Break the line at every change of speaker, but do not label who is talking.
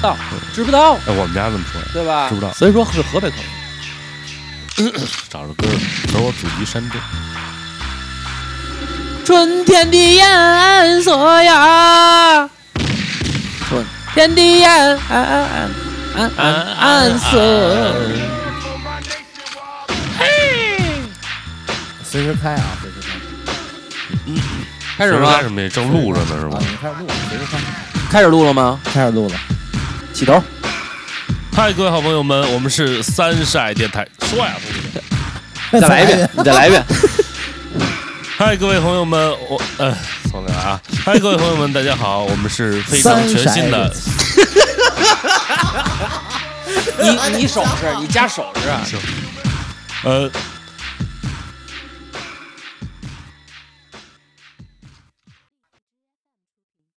道，知不道，
哎，我们家这么说呀，
对吧？
知不道
所以说是河北口音。
找着歌儿，可我祖籍山东。
春天的颜色呀，春天的颜安安安安安色。
随时开啊，随时开
开始
什
吗
么？？什么？正录着呢，是
啊！
吧？
你开始录了，随时开，
开始录了吗？
开始录了。
起头。
嗨，各位好朋友们，我们是三晒电台。啊说呀，不是
再来一遍，你再来一遍。
嗨，各位朋友们，我呃，重来啊！嗨，各位朋友们，大家好，我们是非常
三
全
色
新的
电
你你手势，你加手势啊。
呃，